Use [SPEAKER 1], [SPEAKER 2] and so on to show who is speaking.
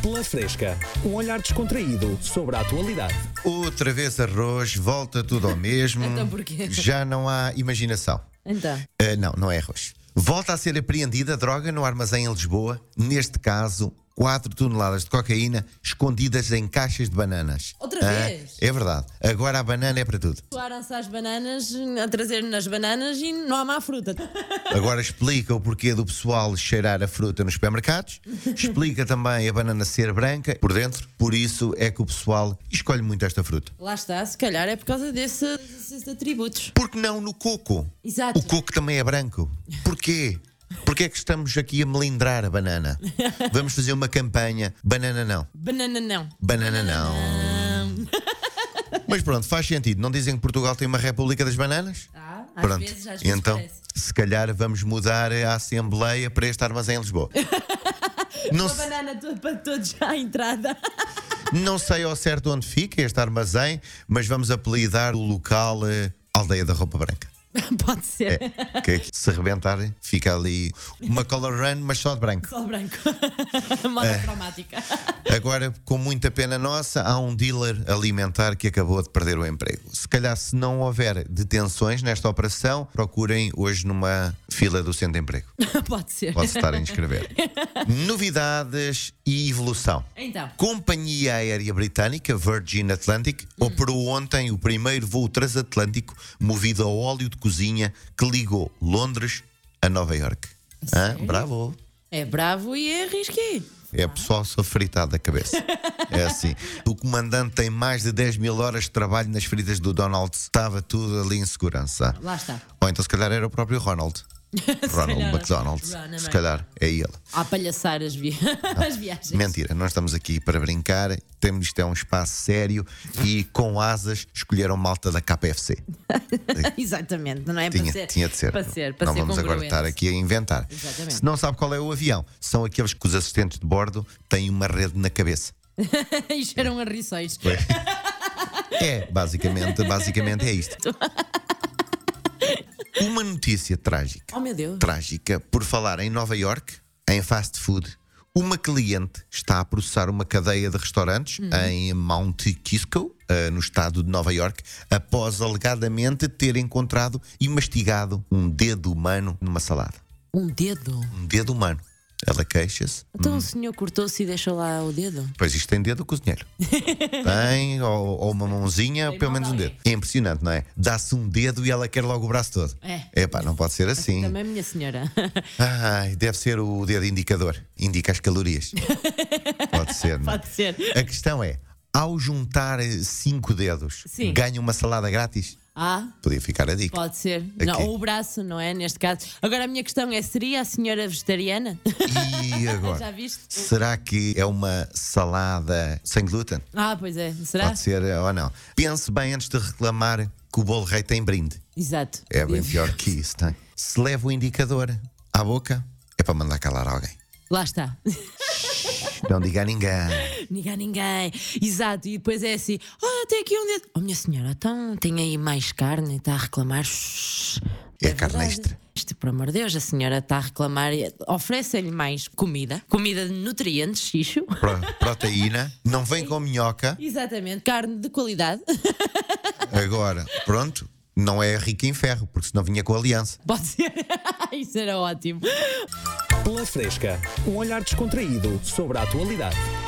[SPEAKER 1] Pela Fresca, um olhar descontraído sobre a atualidade.
[SPEAKER 2] Outra vez arroz, volta tudo ao mesmo.
[SPEAKER 3] Então porquê?
[SPEAKER 2] Já não há imaginação.
[SPEAKER 3] Então,
[SPEAKER 2] Ah, não, não é arroz. Volta a ser apreendida droga no armazém em Lisboa, neste caso, 4 toneladas de cocaína escondidas em caixas de bananas.
[SPEAKER 3] Outra
[SPEAKER 2] Ah,
[SPEAKER 3] vez?
[SPEAKER 2] É verdade. Agora a banana é para tudo.
[SPEAKER 3] soaram-se às bananas, a trazer-nos as bananas e não há má fruta.
[SPEAKER 2] Agora explica o porquê do pessoal cheirar a fruta nos supermercados, explica também a banana ser branca por dentro, por isso é que o pessoal escolhe muito esta fruta.
[SPEAKER 3] Lá está, se calhar é por causa desse- desses atributos.
[SPEAKER 2] Porque não no coco?
[SPEAKER 3] Exato.
[SPEAKER 2] O coco também é branco. Porquê? Porquê é que estamos aqui a melindrar a banana? Vamos fazer uma campanha. Banana não.
[SPEAKER 3] Banana não.
[SPEAKER 2] Banana não. Mas pronto, faz sentido. Não dizem que Portugal tem uma república das bananas?
[SPEAKER 3] Ah, às
[SPEAKER 2] pronto.
[SPEAKER 3] vezes, às vezes
[SPEAKER 2] então,
[SPEAKER 3] parece.
[SPEAKER 2] se calhar vamos mudar a Assembleia para este armazém em Lisboa. Não,
[SPEAKER 3] Uma
[SPEAKER 2] se-
[SPEAKER 3] banana toda para todos já à entrada.
[SPEAKER 2] não sei ao certo onde fica este armazém, mas vamos apelidar o local eh, Aldeia da Roupa Branca.
[SPEAKER 3] Pode ser.
[SPEAKER 2] É, que é que se rebentar, fica ali uma color run, mas só de branco.
[SPEAKER 3] Sol branco. Moda
[SPEAKER 2] É.
[SPEAKER 3] traumática.
[SPEAKER 2] Agora, com muita pena nossa, há um dealer alimentar que acabou de perder o emprego. Se calhar, se não houver detenções nesta operação, procurem hoje numa fila do centro de emprego.
[SPEAKER 3] Pode ser.
[SPEAKER 2] Pode estar a inscrever. Novidades e evolução.
[SPEAKER 3] Então.
[SPEAKER 2] Companhia aérea britânica Virgin Atlantic operou ontem o primeiro voo transatlântico movido a óleo de cozinha que ligou Londres a Nova York. bravo!
[SPEAKER 3] É bravo e é risqué.
[SPEAKER 2] É pessoal só fritado da cabeça. É assim. O comandante tem mais de 10 mil horas de trabalho nas feridas do Donald. Estava tudo ali em segurança.
[SPEAKER 3] Lá está.
[SPEAKER 2] Ou então, se calhar, era o próprio Ronald. Ronald
[SPEAKER 3] calhar.
[SPEAKER 2] McDonald.
[SPEAKER 3] Ronald
[SPEAKER 2] Se calhar, é ele.
[SPEAKER 3] A palhaçar as, vi- as viagens.
[SPEAKER 2] Mentira, nós estamos aqui para brincar. Temos isto é um espaço sério e com asas escolheram malta da KPFC.
[SPEAKER 3] Exatamente, não é?
[SPEAKER 2] Tinha,
[SPEAKER 3] para ser,
[SPEAKER 2] tinha de ser.
[SPEAKER 3] Para
[SPEAKER 2] não-
[SPEAKER 3] ser, para
[SPEAKER 2] não
[SPEAKER 3] ser
[SPEAKER 2] vamos agora
[SPEAKER 3] congruente.
[SPEAKER 2] estar aqui a inventar.
[SPEAKER 3] Exatamente.
[SPEAKER 2] Se não sabe qual é o avião, são aqueles que os assistentes de bordo têm uma rede na cabeça.
[SPEAKER 3] Isto eram arrições.
[SPEAKER 2] É, basicamente, basicamente é isto. Uma notícia trágica.
[SPEAKER 3] Oh meu Deus.
[SPEAKER 2] Trágica por falar em Nova York, em fast food. Uma cliente está a processar uma cadeia de restaurantes
[SPEAKER 3] Hum.
[SPEAKER 2] em Mount Kisco, eh, no estado de Nova York, após alegadamente ter encontrado e mastigado um dedo humano numa salada.
[SPEAKER 3] Um dedo.
[SPEAKER 2] Um dedo humano. Ela queixa-se.
[SPEAKER 3] Então o senhor cortou-se e deixou lá o dedo?
[SPEAKER 2] Pois isto tem dedo, o cozinheiro. tem, ou, ou uma mãozinha, ou pelo menos um dedo. É impressionante, não é? Dá-se um dedo e ela quer logo o braço todo.
[SPEAKER 3] É.
[SPEAKER 2] Epá, não pode ser assim.
[SPEAKER 3] Também, minha senhora.
[SPEAKER 2] Ai, deve ser o dedo indicador. Indica as calorias. pode ser, não é?
[SPEAKER 3] Pode ser.
[SPEAKER 2] A questão é, ao juntar eh, cinco dedos,
[SPEAKER 3] Sim.
[SPEAKER 2] ganha uma salada grátis?
[SPEAKER 3] Ah,
[SPEAKER 2] Podia ficar a dica.
[SPEAKER 3] pode ser. Não, ou o braço, não é? Neste caso. Agora a minha questão é: seria a senhora vegetariana?
[SPEAKER 2] E agora?
[SPEAKER 3] Já viste?
[SPEAKER 2] Será que é uma salada sem glúten?
[SPEAKER 3] Ah, pois é. Será?
[SPEAKER 2] Pode ser eh, ou não. Pense bem antes de reclamar que o bolo rei tem brinde.
[SPEAKER 3] Exato.
[SPEAKER 2] É bem pior que isso, tem. Se leva o indicador à boca, é para mandar calar alguém.
[SPEAKER 3] Lá está.
[SPEAKER 2] Não diga a ninguém. É
[SPEAKER 3] Ninguém, ninguém. Exato. E depois é assim: ah, tem aqui um dedo. Oh, minha senhora, então tem aí mais carne e está a reclamar. Shhh.
[SPEAKER 2] É carne
[SPEAKER 3] verdade.
[SPEAKER 2] extra.
[SPEAKER 3] Isto, por amor de Deus, a senhora está a reclamar. Oferecem-lhe mais comida, comida de nutrientes, xixo.
[SPEAKER 2] Pro- proteína, não vem com minhoca.
[SPEAKER 3] Exatamente, carne de qualidade.
[SPEAKER 2] Agora, pronto, não é rica em ferro, porque senão vinha com aliança.
[SPEAKER 3] Pode ser. Isso era ótimo.
[SPEAKER 1] Pela Fresca, um olhar descontraído sobre a atualidade.